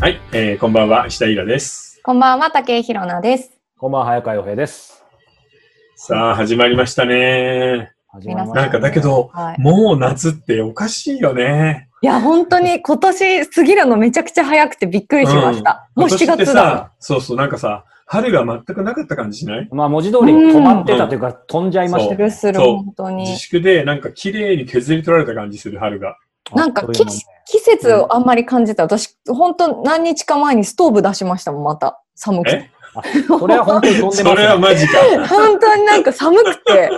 はい、えー、こんばんは、石田イラです。こんばんは、竹井ひろなです。こんばんは、早川洋平です。さあ、始まりましたね。始まりましたねなんかだけ、ど、はい。もう夏っておかしいよね。いや、本当に今年過ぎるのめちゃくちゃ早くてびっくりしました。も今う7年って月だ。さ、そうそう、なんかさ、春が全くなかった感じしないまあ、文字通り止まってたというか、飛んじゃいましそすたうねるする、そう本当自に。粛でなんか綺麗に削り取られた感じする春が。なんかあっと季いう間にね季節をあんまり感じた。私、本当何日か前にストーブ出しましたもん、また。寒くて。それは本当に飛んで ますね。それはマジか。 本当になんか寒く て、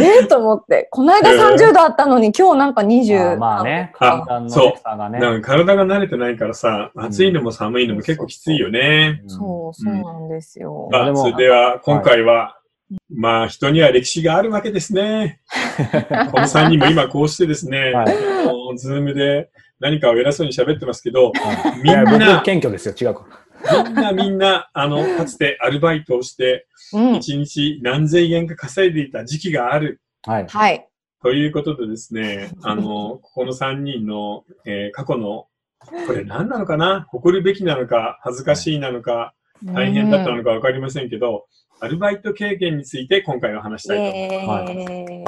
ええと思って。この間えー30度あったのに、今日なんかあ20。ーまあね、あ寒暖のそうね差がね。なんか体が慣れてないからさ、暑いのも寒いのも結構きついよね。うんそう、そうなんですよ。まであ、もそれでは今回は、まあ人には歴史があるわけです ね。この3人も今こうしてですね、はいもうズームで何かを偉そうに喋ってますけど、はいみんいやな僕、謙虚ですよ、違うか。みんなみんな、あの、かつてアルバイトをして、うん。 1日何千円か稼いでいた時期がある。はい。はい。ということでですね、あの、ここの3人の、えー過去の、これ何なのかな誇るべきなのか、恥ずかしいなのか、大変だったのかわかりませんけど、アルバイト経験について今回は話したいと思います。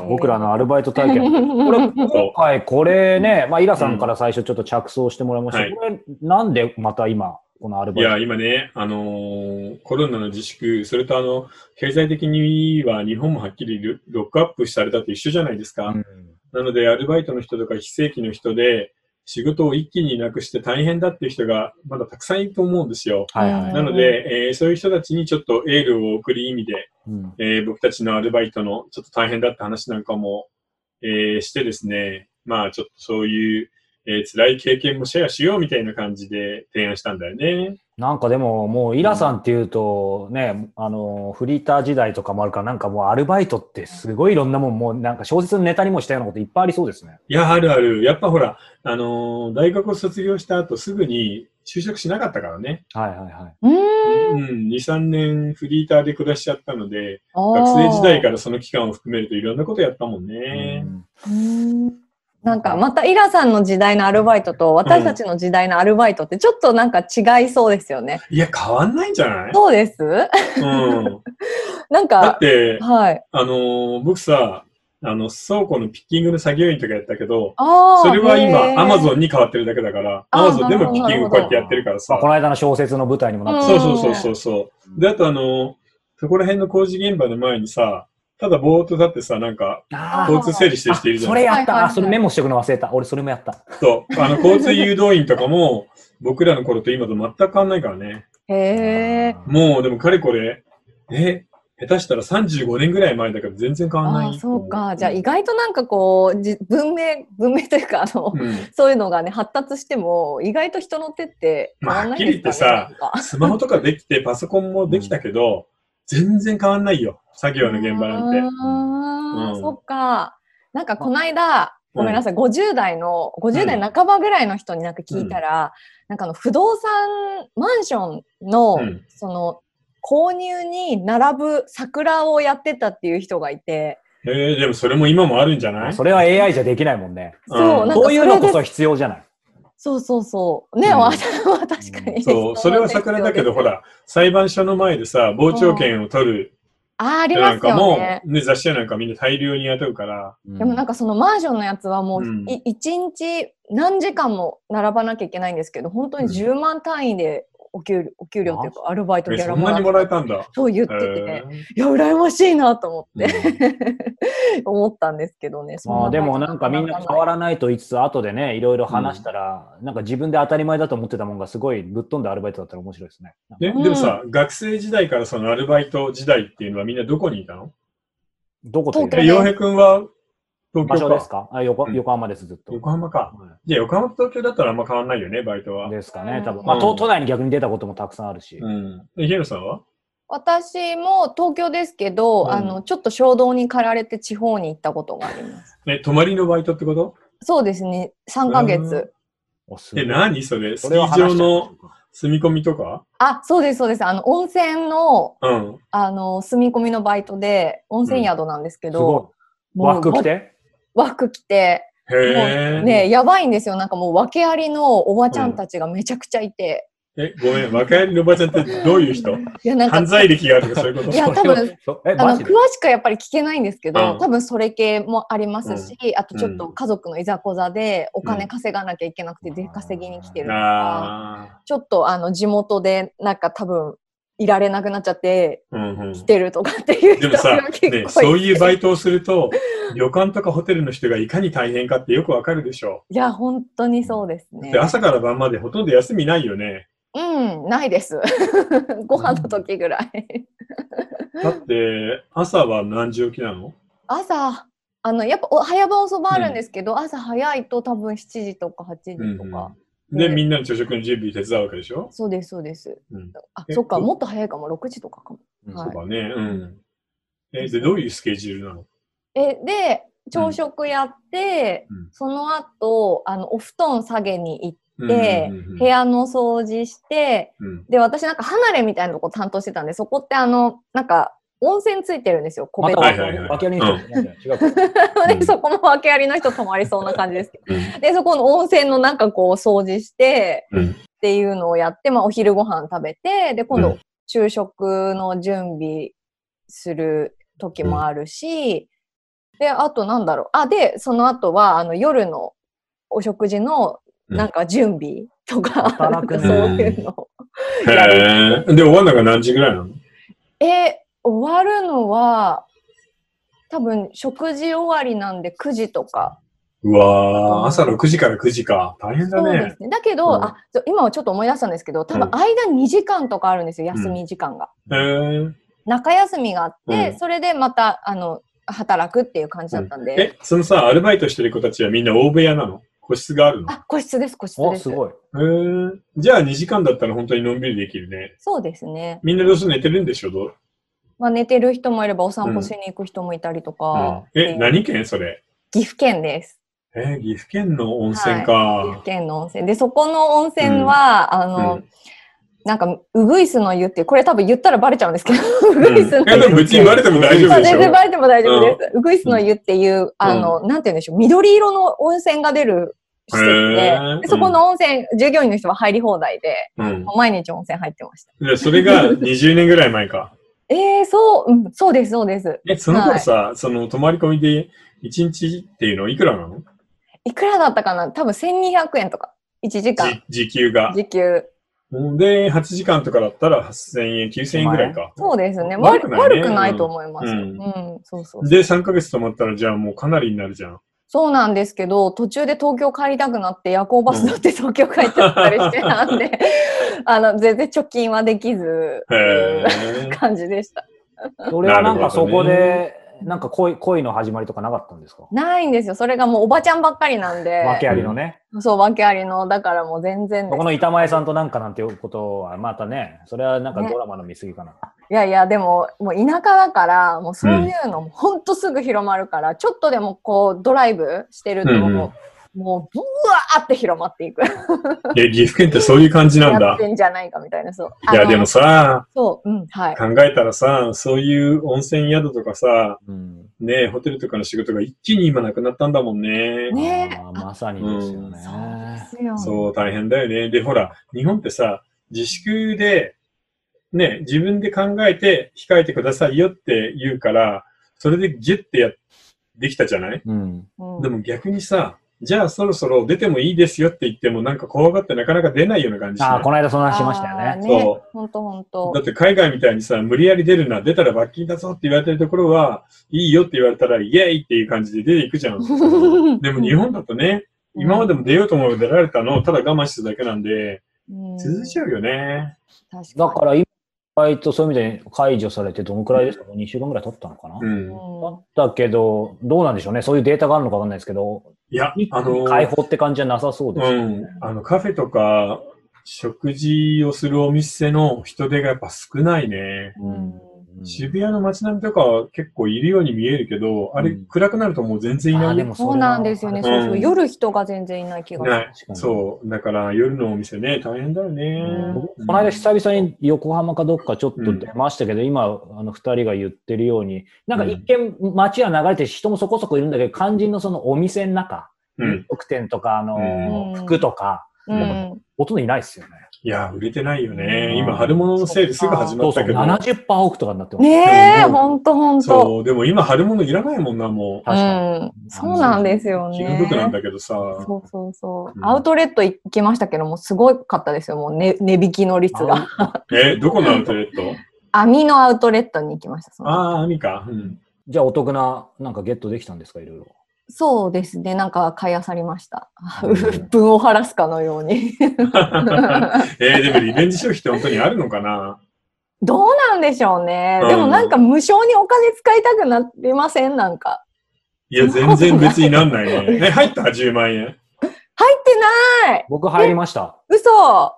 僕らの。のアルバイト体験。これ、今回、これね、まあ、イラさんから最初ちょっと着想してもらいましたうけんど。これ、なんでまた今、このアルいや、バイ今ね、あのーコロナの自粛、それとあの、経済的には日本もはっきりロロックアップされたと一緒じゃないですか。トうんなので、アルバイトの人とか非正規の人で、仕事を一気になくして大変だっていう人がまだたくさんいると思うんですよ。はいはい。なので、えーそういう人たちにちょっとエールを送る意味で、うんえー僕たちのアルバイトのちょっと大変だった話なんかも、えーしてですね、まあちょっとそういう、えー辛い経験もシェアしようみたいな感じで提案したんだよね。なんかでも、もうイラさんっていうとね、あの、フリーター時代とかもあるから、なんかもうアルバイトってすごいいろんなもん、もうなんか小説のネタにもしたようなこといっぱいありそうですね。いや、あるある。やっぱほら、あのー大学を卒業した後すぐに就職しなかったからね。はいはいはい。 うん。うん、2、3年フリーターで暮らしちゃったので、学生時代からその期間を含めるといろんなことやったもんね。ら。なんかまたイラさんの時代のアルバイトと私たちの時代のアルバイトってちょっとなんか違いそうですよね。いや、変わんないんじゃないそうです う ん。なだっんか、て、はい。あのー僕さ、あの、倉庫のピッキングの作業員とかやったけど、ああ。それはへー今、アマゾンに変わってるだけだから、アあーマゾンでもピッキングこうやってやってるからさまあ、。この間の小説の舞台にもなっそてうそうそうそうそう。で、あとあの、そこら辺の工事現場の前にさ、ただぼーっと立ってさ、なんか、あ交通整理してる人いるじゃそないれでやっはいはいた。はいあ、それメモしておくの忘れた。俺それもやった。すか。そうあの、交通誘導員とかも、僕らの頃と今と全く変わんないからね。へえ。う、もう、でも、かれこれ、え、下手したら35年ぐらい前だから全然変わんあなあ、い。そうか。じゃあ意外となんかこう、じ文明、文明というかあの、うん。そういうのがね、発達しても、意外と人の手って変わんないですからね。なんかスマホとかできて、パソコンもできたけど、全然変わんないよ。作業の現場なんて。あーうんそっか。なんかこの間、うんごめんなさい、50代の、50代半ばぐらいの人になんか聞いたら、なんかあの不動産、マンションの、うんその、購入に並ぶ桜をやってたっていう人がいて、えーでもそれも今もあるんじゃないそれは AI じゃできないもんね。そううんなんかそういうのこそそ必要じゃない。そうそうそう。ね、うんわ 確かに。そう、それは桜だけど、ほ。ら、裁判所の前でさ、傍聴券を取るあー、ありまなんすかよも、ねね。雑誌やなんかみんな大量に雇うから、でもなんか、かそのマンションのやつはもうい、うん一日何時間も並ばなきゃいけないんですけど本当に10万単位でお給料お給料というかアルバイトギえャラそんなにもららうえたんだ。そう言ってへて、ーいや羨ましいなと思って、うん思ったんですけどねそまあでもバイトなんかみんな変わらないと言いつつ、後でね、いろいろ話したら、なんか自分で当たり前だと思ってたもんが、すごいぶっ飛んだアルバイトだったら面白いですね。えでもさ、学生時代からそのアルバイト時代っていうのはみんなどこにいたのどこという東え、京洋平くんは東場所京ですかかあ横うん横浜です、ずっと。横浜か。は。じゃあ横浜と東京だったらあんま変わんないよね、バイトはいですかね、多分。うんまあ、都都内に逆に出たこともたくさんあるし。うん。え、ヒロさんは私も東京ですけど、うんあのちょっと衝動に駆られて地方に行ったことがありますえ、泊まりのバイトってことそうですね3ヶ月、うんおすごいえ、何それスそキれはー話場しちゃうの住み込みとかあそうですそうですあの温泉のうん。あの住み込みのバイトで温泉宿なんですけすど、もごい。う和服着て和服着て、へえ。ね、やばいんですよ。なんかもう訳ありのおばちゃんたちがめちゃくちゃいて、え、ごめん、若返りのおばちゃんってどういう人いや、なんか犯、罪歴があるとかそういうこといや多分それをえ、あのマジ詳でしくはやっぱり聞けないんですけど、うん多分それ系もありますし、あとちょっと家族のいざこざでおう金ん稼がなきゃいけなくて出稼ぎに来てるとか、あちょっとあの地元でなんか多分いられなくなっちゃってあ。うんうん。来てるとかっていうで人もさが、結構いて、ね、そういうバイトをすると、 旅館とかホテルの人がいかに大変かってよくわかるでしょ。いや、本当にそうですねで、。朝から晩までほとんど休みないよね。うん、ないです。 ご飯の時ぐらい。だって、朝は何時起きなの朝、あの、やっぱお早番遅番あるんですけど、朝早いと多分7時とか8時とか。うんで、ねみんなの朝食の準備手伝うわけでしょそうです、そうです。うんあ、えそっか、おもっと早いかも、6時とかかも。うんはといかね。うん。え、で、どういうスケジュールなのえ、で、朝食やって、うんその後、あの、お布団下げに行って、でうんうんうんうん部屋の掃除して、うんで、私なんか離れみたいなとこ担当してたんで、そこってあの、なんか、温泉ついてるんですよ、個ま別たの。はいはいはい訳ありにしてるんじゃない 違うか。うんで、そこの訳ありの人泊まりそうな感じですけうんど。で、そこの温泉のなんかこう掃除してうんっていうのをやって、まあお昼ご飯食べて、で、今う度ん昼食の準備する時もあるし、で、あとなんだろう。あ、で、その後はあの夜のお食事のなんか準備とか、うんなん かそういうのを。へえ。で、終わんのが何時ぐらいなのえ、終わるのは、多分食事終わりなんで9時とか。うわー、朝6時から9時か。大変だそうでね。すね。だけど、うんあ、そう今はちょっと思い出したんですけど、多分うん間2時間とかあるんですよ、休み時間が。へえ。中休みがあって、うんそれでまた、あの、働くっていう感じだったんで。え、そのさ、アルバイトしてる子たちはみんな大部屋なの個室があるのあ、個室です、個室お、ですす。ごい。へえ。じゃあ2時間だったら本当にのんびりできるね。そうですね。みんなどうせ寝てるんでしょどうまあ、寝てる人もいれば、お散歩しに行く人もいたりとか。え、で何県それ岐阜県です。えー岐阜県の温泉岐阜か。県の温泉。で、そこの温泉は、あの、うんなんか、うぐいすの湯っていう、これ多分言ったらバレちゃうんですけど、うぐいすうの湯んいやでも別にバレても大丈夫あでし全然ょバレても大丈夫です。ウグイスの湯っていう、あの、なんて言うんでしょう、緑色の温泉が出る施設へでー、でそこの温泉、従業員の人は入り放題で、うん。毎日温泉入ってました。でそれが20年ぐらい前か。えー、そう、うん、そうです、そうです。え、その頃さ、その泊まり込みで1日っていうのいくらなのいくらだったかな多分1200円とか、1時間、じ時給が。時給。で、8時間とかだったら8000円、9000円ぐらいか。そうですね。悪く悪くないね悪くないと思います。ううんん、そうそう。で、3ヶ月泊まったらじゃあもうかなりになるじゃん。そうなんですけど、途中で東京帰りたくなって夜行バス乗って東京帰っちゃったりしてた んで、あの、全然貯金はできず、へう んー感じでした。それはなんなるかほどそねこで、なんか恋恋の始まりとかなかったんですかないんですよ。それがもうおばちゃんばっかりなんで、訳ありのね。そう、訳ありの、だからもう全然こです。の板前さんとなんかなんていうことは、またね、それはなんかドラマの見過ぎかな。いやいや、でも、もう田舎だから、もうそういうの、ほんとすぐ広まるから、ちょっとでもこう、ドライブしてると、うんうんもう、もうブワーって広まっていく。え、岐阜県ってそういう感じなん やだっ。てんじゃないかみたいな、そう。いや、あのでもさ、そう、うん、はい。考えたらさ、そういう温泉宿とかさ、うん。ね、ホテルとかの仕事が一気に今なくなったんだもんね。ねえあーまさにですよね。すよそう、大変だよね。で、ほら、日本ってさ、自粛で、ね、自分で考えて控えてくださいよって言うから、それでギュッてやっ、できたじゃないうん。うんでも逆にさ、じゃあそろそろ出てもいいですよって言ってもなんか怖がってなかなか出ないような感じしああ、なこの間その話しましたよあーね。そねう。ほんとほんいだとっ。て海外みたいにさ、無理やり出るな、出たら罰金だぞって言われてるところは、いいよって言われたら、イエーイっていう感じで出ていくじゃ ん。でも日本だとね、今までも出ようと思えば出られたのをただ我慢してただけなんで、うん続いちゃうよね。確かだにから今、バイトそういう意味で解除されてどのくらいですか ?2 週間ぐらい経ったのかな、うん。うんだけど、どうなんでしょうね。そういうデータがあるのかわかんないですけど、いや、あの、解放って感じはなさそうですうよね。ん。あの、カフェとか、食事をするお店の人手がやっぱ少ないね。うんうん渋谷の街並みとかは結構いるように見えるけど、あれうん暗くなるともう全然いあなーい。でもそそうれはなんですよね。うんそうそう。夜人が全然いない気がすなる。い。確かにそう。だから夜のお店ね、大変だよねうん。僕この間久々に横浜かどっかちょっと出ましたけど、今、あの、二人が言ってるように、なんか一見街は流れてるし人もそこそこいるんだけど、肝心のそのお店の中、うん。飲食店とか、あのーうん服とか、うん。ほとんどいないですよね。いや、売れてないよね。今、春物のセールすぐ始まそうっそたう、けど。 70%オフとかになってます。ねえ、うんほんとほんと。そう、でも今、春物いらないもんな、もう確かに。ん、そうなんですよう。ね。気の毒なんだけどさ。そうそうそう。うんアウトレット行きましたけども、すごかったですよ、もう、ね、値引きの率が。え、どこのアウトレット網のアウトレットに行きました。そのああ、アミか。うん。じゃあお得な、なんかゲットできたんですか、いろいろ。そうですね、なんか買い漁りました。う うんっぷんを晴らすかのよう に。えーでもリベンジ消費って本当にあるのかなどうなんでしょうね。うんでもなんか無償にお金使いたくなりませんなんか。いや、全然別になんないね。え、入った ?10 万円。入ってない僕入りました。嘘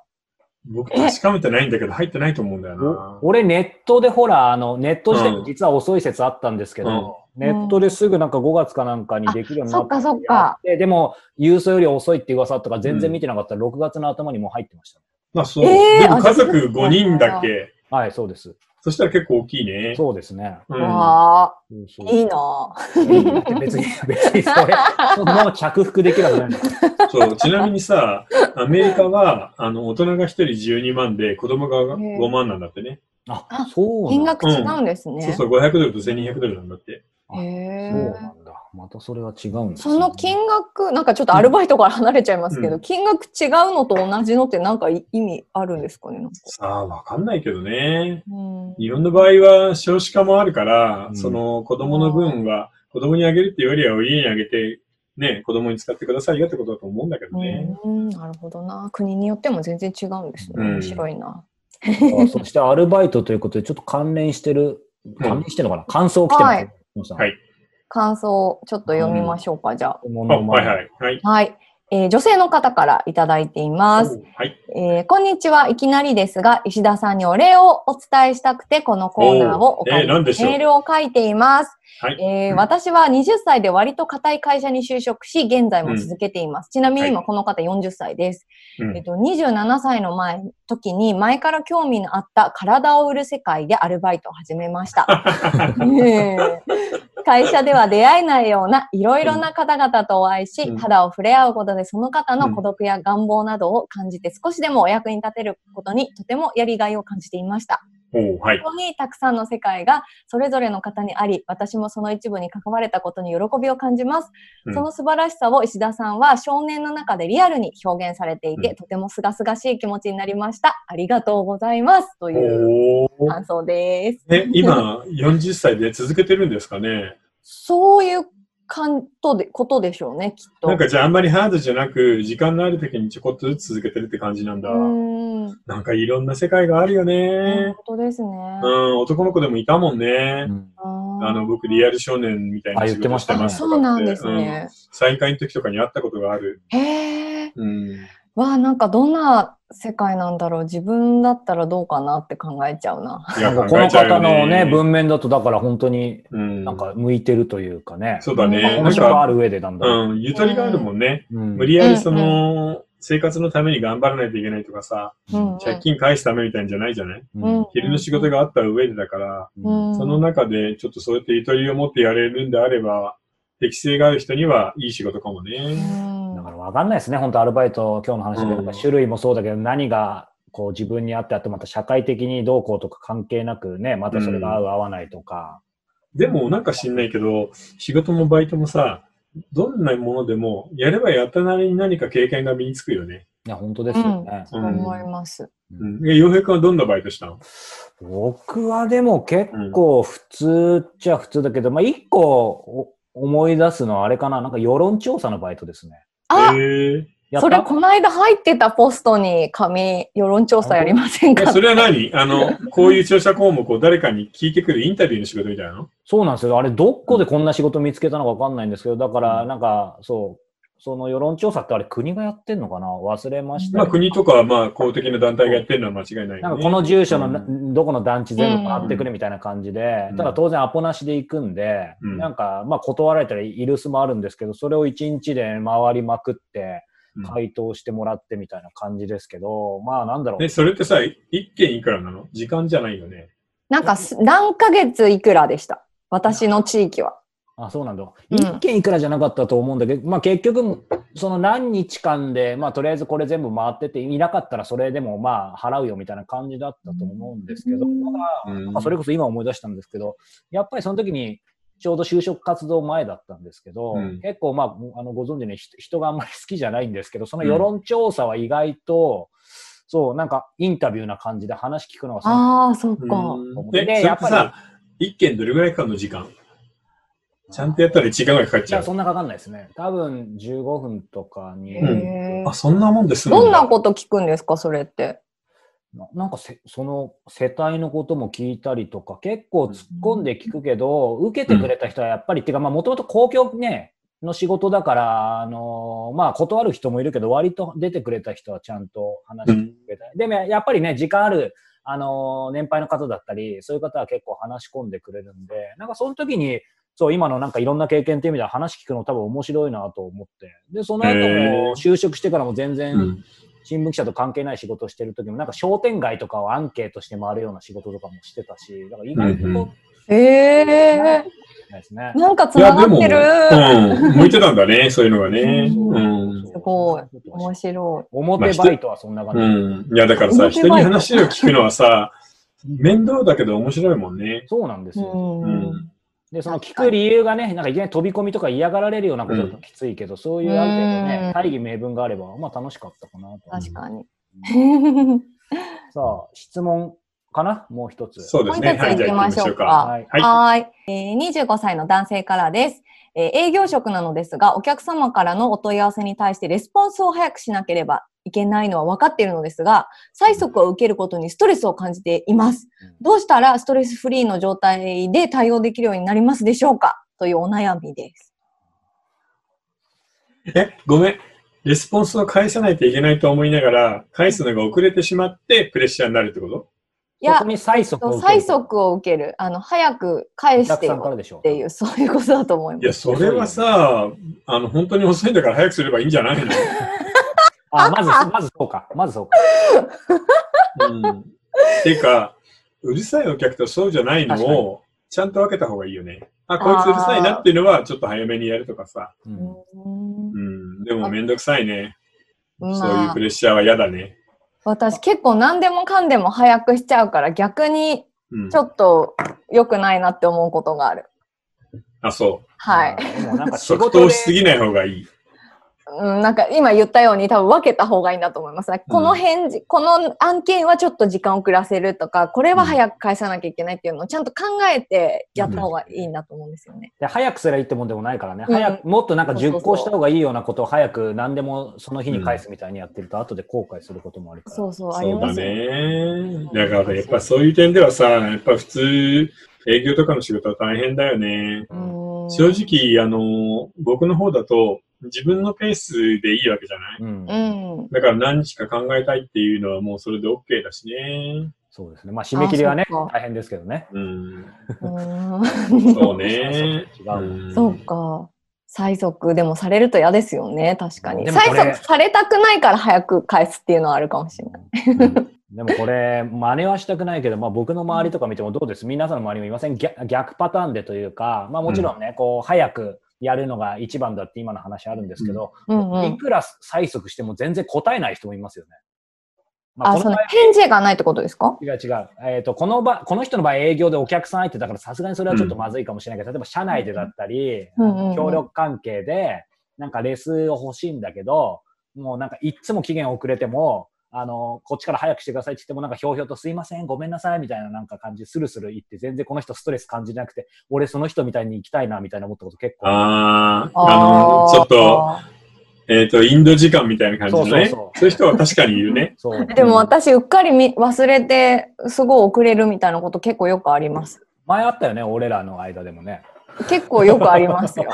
僕、確かめてないんだけど、入ってないと思うんだよなお。俺、ネットでほら、あの、ネット自体も実は遅い説あったんですけど、うんネットですぐなんか5月かなんかにできるようになそっってかそっか。で、でも、郵送より遅いって噂あったから全然見てなかったら、6月の頭にもう入ってましたね。まあ、そう。えーでも家族5人だっけはい、そうです。そしたら結構大きいね。そうですね。ううんわそうそうーいいなぁだって別に、別にそれ、そんなの着服できるはずないんだからそう、ちなみにさ、アメリカは、あの、大人が1人12万で、子供が5万なんだってね。あ、そう金なんだ。額違うんですね。そうそう、500ドルと1200ドルなんだって。額へそうーなんだ。またそれは違うんですねその金額、なんかちょっとアルバイトから離れちゃいますけど、うん金額違うのと同じのってなんかい意味あるんですかねなんかさあ、わかんないけどね。うん日本の場合は少子化もあるから、うんその子供の分は子供にあげるっていうよりは家にあげて、ね、子供に使ってくださいよってことだと思うんだけどね。うんなるほどな。国によっても全然違うんですね。うん面白いな。あそしてアルバイトということで、ちょっと関連してる、関連してるのかな、感想来てます。はい皆さんはい感想をちょっと読みましょうか、じゃあ。もあのまはいはい。はい。はい。えー女性の方からいただいています。はい。えーこんにちは。いきなりですが、石田さんにお礼をお伝えしたくて、このコーナーをお借りおーえー何でしょうメールを書いています。はいえーうん私は20歳で割と固い会社に就職し、現在も続けています。ちなみには今この方40歳です。うんえっと、27歳の前、時に前から興味のあった体を売る世界でアルバイトを始めました。ねえ会社では出会えないようないろいろな方々とお会いし、うん肌を触れ合うことでその方の孤独や願望などを感じて少しでもお役に立てることにとてもやりがいを感じていました。おうはい こ。こにたくさんの世界がそれぞれの方にあり、私もその一部に関われたことに喜びを感じます。うんその素晴らしさを石田さんは少年の中でリアルに表現されていて、うんとても清々しい気持ちになりました。ありがとうございます。というおお。感想です。え、今、40歳で続けてるんですかねそういう感とでことでしょうね、きっと。なんかじゃああんまりハードじゃなく、時間のある時にちょこっとずつ続けてるって感じなんだ。うーん、なんかいろんな世界があるよね。本当ですね。うん、男の子でもいたもんね。うんああの、僕、リアル少年みたいなあ言ってましたね仕事してそますとかっうてなんですうんね。再会の時とかに会ったことがある。へえ。うん。わあ、なんかどんな世界なんだろう。自分だったらどうかなって考えちゃうな。いなやんかこ考えのちゃうよ方のね、文面だと、だから本当にうん。なんか向いてるというかね、そうだね。な面ん白があか、る上でなんだろうん、ゆとりがあるもんね。う。うん無理やりその、生活のために頑張らないといけないとかさ、うん借金返すためみたいんじゃないじゃないうん昼の仕事があった上でだから、うんその中でちょっとそうやってゆとりを持ってやれるんであれば、適性がある人にはいい仕事かもうね。んだから分かんないですね、本当アルバイト、今日の話で、うん種類もそうだけど、何がこう自分に合ってあって、また社会的にどうこうとか関係なくね、またそれが合う、合わないとか。でもなんか知んないけど、仕事もバイトもさ、どんなものでも、やればやったなりに何か経験が身につくよね。いや、本当ですよね。そう思います。うん。え、洋平君はどんなバイトしたの僕はでも結構普通っちゃ普通だけど、まあ一個お思い出すのはあれかな、なんか世論調査のバイトですね。あ、へえやっそたれこの間入ってたポストに紙世論調査やりませんえかそれは何あの、こういう調査項目を誰かに聞いてくるインタビューの仕事みたいなのそうなんですよ。あれ、どこでこんな仕事見つけたのかわかんないんですけど、だから、なんか、そう、その世論調査ってあれ、国がやってんのかな忘れましまたあけど。国とかはまあ公的な団体がやってるのは間違いないなよんね。かこの住所のうなんどこの団地全部回ってくれみたいな感じでうん、ただ当然アポなしで行くんで、うんなんかまあ断られたらイルスもあるんですけど、それを一日で回りまくってうん、回答してもらってみたいな感じですけど、まあなんだろうえ、。それってさ、一件いくらなの時間じゃないよね。なんかす何ヶ月いくらでした。私の地域は。あ、そうなんだ。うん1件いくらじゃなかったと思うんだけど、まあ結局、その何日間で、まあとりあえずこれ全部回ってて、いなかったらそれでもまあ払うよみたいな感じだったと思うんですけど、うんまあうんまあそれこそ今思い出したんですけど、やっぱりその時に、ちょうど就職活動前だったんですけど、うん結構まあ、あのご存知の人人があんまり好きじゃないんですけど、その世論調査は意外と、そう、なんかインタビューな感じで話聞くのがそのああ、そっか。うんでえ、それってやっぱりさ、一件どれぐらいかかるの時間ちゃんとやったら時間がかかっいちゃや、う。そんなかかんないですね。多分15分とかに、へうんえあ、そんなもんですどんなこと聞くんですか、それって。ななんかせその世帯のことも聞いたりとか、結構突っ込んで聞くけど、受けてくれた人はやっぱり、っていうか、まあ、もともと公共ね、の仕事だから、あのーまあ、断る人もいるけど、割と出てくれた人はちゃんと話してくれたり。でも、やっぱりね、時間ある、あのー年配の方だったり、そういう方は結構話し込んでくれるんで、なんかその時に、そう、今のなんかいろんな経験っていう意味では話聞くの多分面白いなと思って。で、その後へーも、就職してからも全然、うん新聞記者と関係ない仕事をしてる時も、なんか商店街とかをアンケートして回るような仕事とかもしてたし、だから意外と、うんうんへないえですね。なんかついなや、でがも、ってる。うん、向いてたんだ ね、そういうのがね。そううそんうそうすごい。面白表バイトはそんなう感じ。ん。いや、だからさ、人に話を聞くのはさ、面倒だけど面白いもんね。そうなんですい。う。よ。うんん。で、その聞く理由がね、なんかいきなり飛び込みとか嫌がられるようなことだときついけど、そういうある程度うねん、大義名分があれば、まあ楽しかったかなと。確かに。さあ、質問かなもう一つ。そうですね。もうは一い、つじ行ゃあき行きままししょょううか。か。はい。はーい、えー25歳の男性からです。えー営業職なのですが、お客様からのお問い合わせに対してレスポンスを早くしなければいけないのは分かっているのですが、催促を受けることにストレスを感じています。どうしたらストレスフリーの状態で対応できるようになりますでしょうかというお悩みです。え、ごめん。レスポンスを返さないといけないと思いながら、返すのが遅れてしまって、プレッシャーになるってこといやそこ、に催促を受ける催促を受ける。あの、早く返おして客さんからよでしょっていう、そういうことだと思いいまや、す。それはさ、あの、本当に遅いんだから早くすればいいんじゃないのあ、まず、まずそうか。まずそうか。うんていうか、うるさいお客とそうじゃないの確かを、ちゃんと分けた方がいいよね。あ、こいつうるさいなっていうのは、ちょっと早めにやるとかさ。ううんんうん、でもめんどくさいね。そういまうあプレッシャーは嫌だね。私結構何でもかんでも早くしちゃうから逆にうんち。ょっと良くないなって思うことがある。あ、そはい。い。もうなんう。か仕即事答でしすぎない方がいい。うん、なんか今言ったように多分分けた方がいいんだと思います。この返事、この案件はちょっと時間遅らせるとか、これは早く返さなきゃいけないっていうのをちゃんと考えてやった方がいいんだと思うんですよね。で早くすりゃいいってもんでもないからね、うん早くもっとなんかそうそうそう熟考した方がいいようなことを早く何でもその日に返すみたいにやってると後で後悔することもあるから、そうそう、ありそうまだすよね。ね。だからやっぱそういう点ではさ、やっぱ普通、営業とかの仕事は大変だよね。うん正。直、あの、僕の方だと、自分のペースでいいわけじゃないうんうん。だから何日か考えたいっていうのはもうそれで OK だしね。そうですねまあ締め切りはねあそうか大変ですけどねうん。うん、そうね。違うもんんそうか。催促でもされると嫌ですよね、確かに。でもこれ催促されたくないから早く返すっていうのはあるかもしれない。でもこれ真似はしたくないけど、まあ、僕の周りとか見てもどうです皆さんの周りもいません逆逆パターンでというか、まあ、もちろんね、こう早くやるのが一番だって今の話あるんですけど、うんういん。くら催促しても全然答えない人もいますよね。まあ、こそのの場合返事がないってことですか違う違う。えっ、と、この場、この人の場合営業でお客さん相手だからさすがにそれはちょっとまずいかもしれないけど、例えば社内でだったり、うんうんうん協力関係で、なんかレスを欲しいんだけど、もうなんかいっつも期限遅れても、あの、こっちから早くしてくださいって言ってもなんかひょうひょうとすいません、ごめんなさいみたいななんか感じ、スルスル言って全然この人ストレス感じなくて、俺その人みたいに行きたいなみたいな思ったこと結構。 ああ、あの、ちょっと、えっ、と、インド時間みたいな感じのね。そうそうそういう人は確かにいる ね。そう。 でも私、うっかりみ忘れて、すごい遅れるみたいなこと結構よくあります。前あったよね、俺らの間でもね。結構よくあります よ。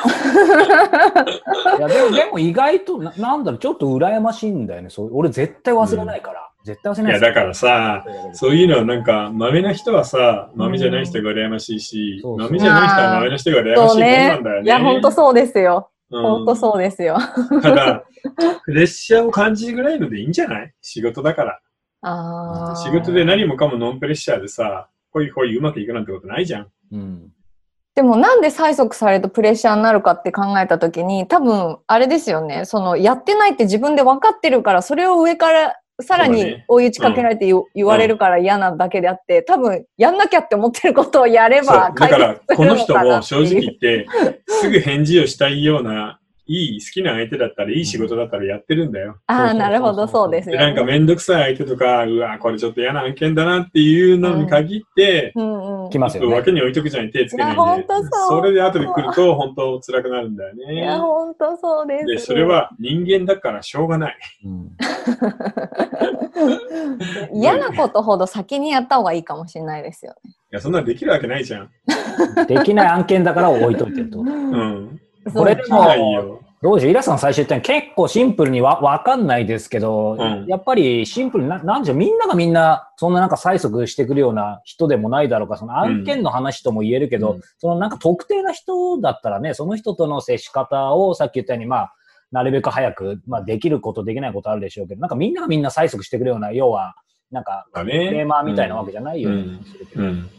いやでもでも意外とな、なんだろう、ちょっと羨ましいんだよね。そう俺絶対忘れないから。絶対忘れいないや、だからさ、そういうのはなんか、豆な人はさ、豆じゃない人が羨ましいし、うん豆じゃない人は豆な人が羨ましいもんなんだよね。いや、ほんとそうですよ。うほんとそうですよ。ん。ただ、プレッシャーを感じるぐらいのでいいんじゃない仕事だかあら。ー仕事で何もかもノンプレッシャーでさ、ほいほいうまくいくなんてことないじゃん。うん。でもなんで催促されるとプレッシャーになるかって考えた時に多分あれですよねそのやってないって自分で分かってるからそれを上からさらそうだにね追い打ちかけられて言,、言われるから嫌なだけであって多分やんなきゃって思ってることをやれそばうだから、解決すこるのの人かなもって正 いう直言って、すぐ返事をしたいような、いい、好きな相手だったら、いい仕事だったらやってるんだよ。ああなるほどそうですでよ、なんかめんどくさい相手とか、うわ、これちょっと嫌な案件だなっていうのに限って、うんうん来ますちょよっと脇。ねに置いとくじゃん、手つけないいで。やほんとそうそれで後で来ると、本当辛くなるんだよいやね。本当そうですで、それは人間だからしょうがない。うん嫌なことほど先にやった方がいいかもしれないですよね。いや、そんなのできるわけないじゃん。できない案件だから置いといてるってこと。うん。これでできもないよ。どうでしょうイラさん最初言ったように結構シンプルにわわかんないですけど、うんやっぱりシンプルにな、なんでしょうみんながみんな、そんななんか催促してくるような人でもないだろうか、その案件の話とも言えるけど、うんそのなんか特定な人だったらね、その人との接し方をさっき言ったように、まあ、なるべく早く、まあ、できること、できないことあるでしょうけど、なんかみんながみんな催促してくるような、要は、なんか、だテーね。マみたいなわけじゃないようにするけどうん。うん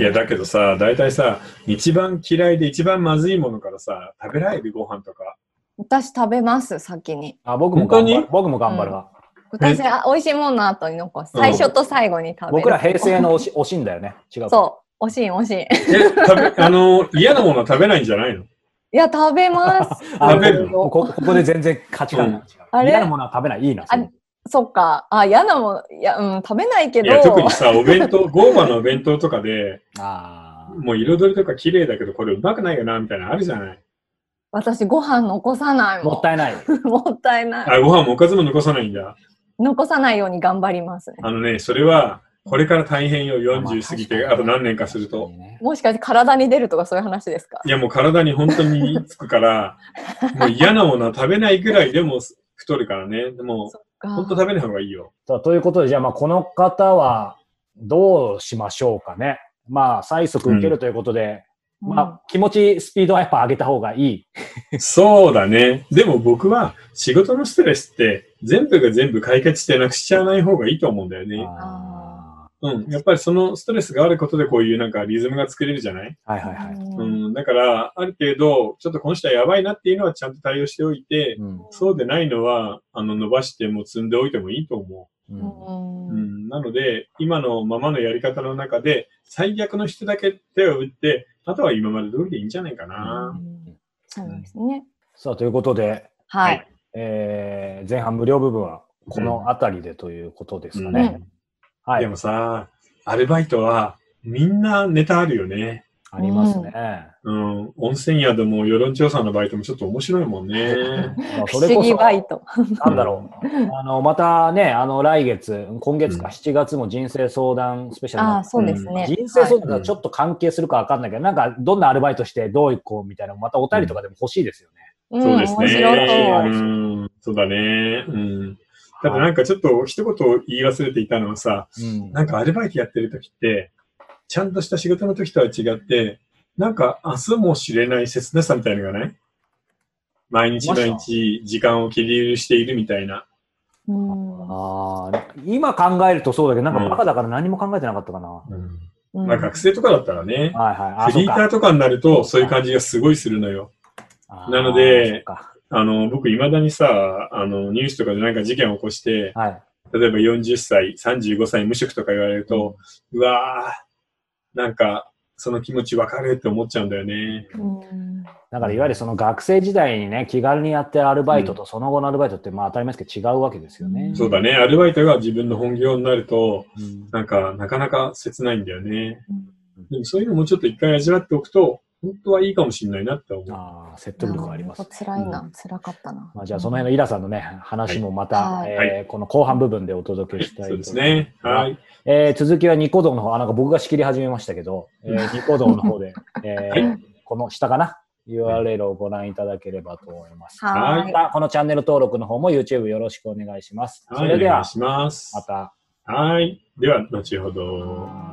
いや、だけどさ、大体さ、一番嫌いで一番まずいものからさ、食べられるご飯とか。私食べます先に。あ僕も頑本張当るに。僕も頑張るわ。私あ美味しいものの後に残す。最初と最後に食べる。僕ら平成のおしおしんだよね。違うか。そう惜しい惜 しい。え、食べ、あの、嫌なものは食べないんじゃないのいや食べます。あ食べるここここで全然価値観が違う。あれ嫌なものは食べない。いいな。あそっか。あ嫌なものいやうん食べないけいど。や、特にさ、お弁当、豪華なお弁当とかで、あーもう彩りとか綺麗だけど、これうまくないよな、みたいなのあるじゃない。私ご飯残さないもん。もったいない。 もったいない。あ、ご飯もおかずも残さないんだ。残さないように頑張りますね。あのね、それは、これから大変よ、40過ぎて、まあと何年かする。確と。にねもしかして体に出るとかそういう話ですかいや、もう体に本当に身につく から、もう嫌なものは食べないぐらいでも太るからね。でも、本当食べない方がいいよ。さあということで、じゃあ、まあ、この方はどうしましょうかね。まあ、催促受けるということで、まあ、気持ち、スピードはやっぱ上げた方がいい。そうだね。でも僕は、仕事のストレスって、全部が全部解決してなくしちゃわない方がいいと思うんだよね。あうん。やっぱりそのストレスがあることで、こういうなんかリズムが作れるじゃないーはいはいはい。ううんん。だから、ある程度、ちょっとこの人はやばいなっていうのはちゃんと対応しておいて、うんそうでないのは、あの、伸ばしても積んでおいてもいいと思ううんんう。うん。なので、今のままのやり方の中で、最悪の人だけ手を打って、あとは今まで通りでいいんじゃないかうな。んそうですね。さあ、ということで、は。はいえー前半無料部分はこの辺りでということですかうね。んはいで。もさ、アルバイトは、みんなネタあるよね。ありますね。うん。温泉宿も世論調査のバイトもちょっと面白いもんね。まあ不思議バイト。なんだろう。あの、またね、あの、来月、今月うか、ん7月も人生相談スペシャルあなあ、んでそうですね。人生相談はいとはちょっと関係するかわかんないけど、なんか、どんなアルバイトして、どう行こうみたいなの、またお便りとかでも欲しいですよね。うんそうですね。面白そうう。ん。そうだね。うん。ただなんかちょっと一言言い忘れていたのはさ、うんなんかアルバイトやってる時って、ちゃんとした仕事の時とは違って、なんか明日も知れない切なさみたいのがない毎日毎日時間を切り許しているみたいな。うんああ、今考えるとそうだけど、なんかバカだから何も考えてなかったかな。うんまあ学生とかだったらね、はいはい。あフリーターとかになるとそういう感じがすごいするのよ。なので、そうかあの、僕未だにさ、あの、ニュースとかでなんか事件を起こしてあーそっ、かはい。例えば40歳、35歳無職とか言われると、うわー、なんかその気持ちわかるって思っちゃうんだよね。うんだからいわゆるその学生時代にね、気軽にやってるアルバイトとその後のアルバイトってまあ当たり前ですけど違うわけですよね。そうだね、アルバイトが自分の本業になると、うんなんか、なかなか切ないんだよね。うんでもそういうのもちょっと一回味わっておくと、本当はいいかもしれないなって思う。ああ、説得力ありますなん。か辛いなう、辛かったな。まあ、じゃあその辺のイラさんのね、話もまた、はいえーはこの後半部分でお届けしたそういと思いでますすね。はい。えー続きはニコ動の方、あなんか僕が仕切り始めましたけど、えーニコ動の方で、え ーはこの下かな、URL をご覧いただければと思います。はいはまたこのチャンネル登録の方も YouTube よろしくお願いします。そはい、れおで願、はいしますま。た。はい。では、後ほど。い。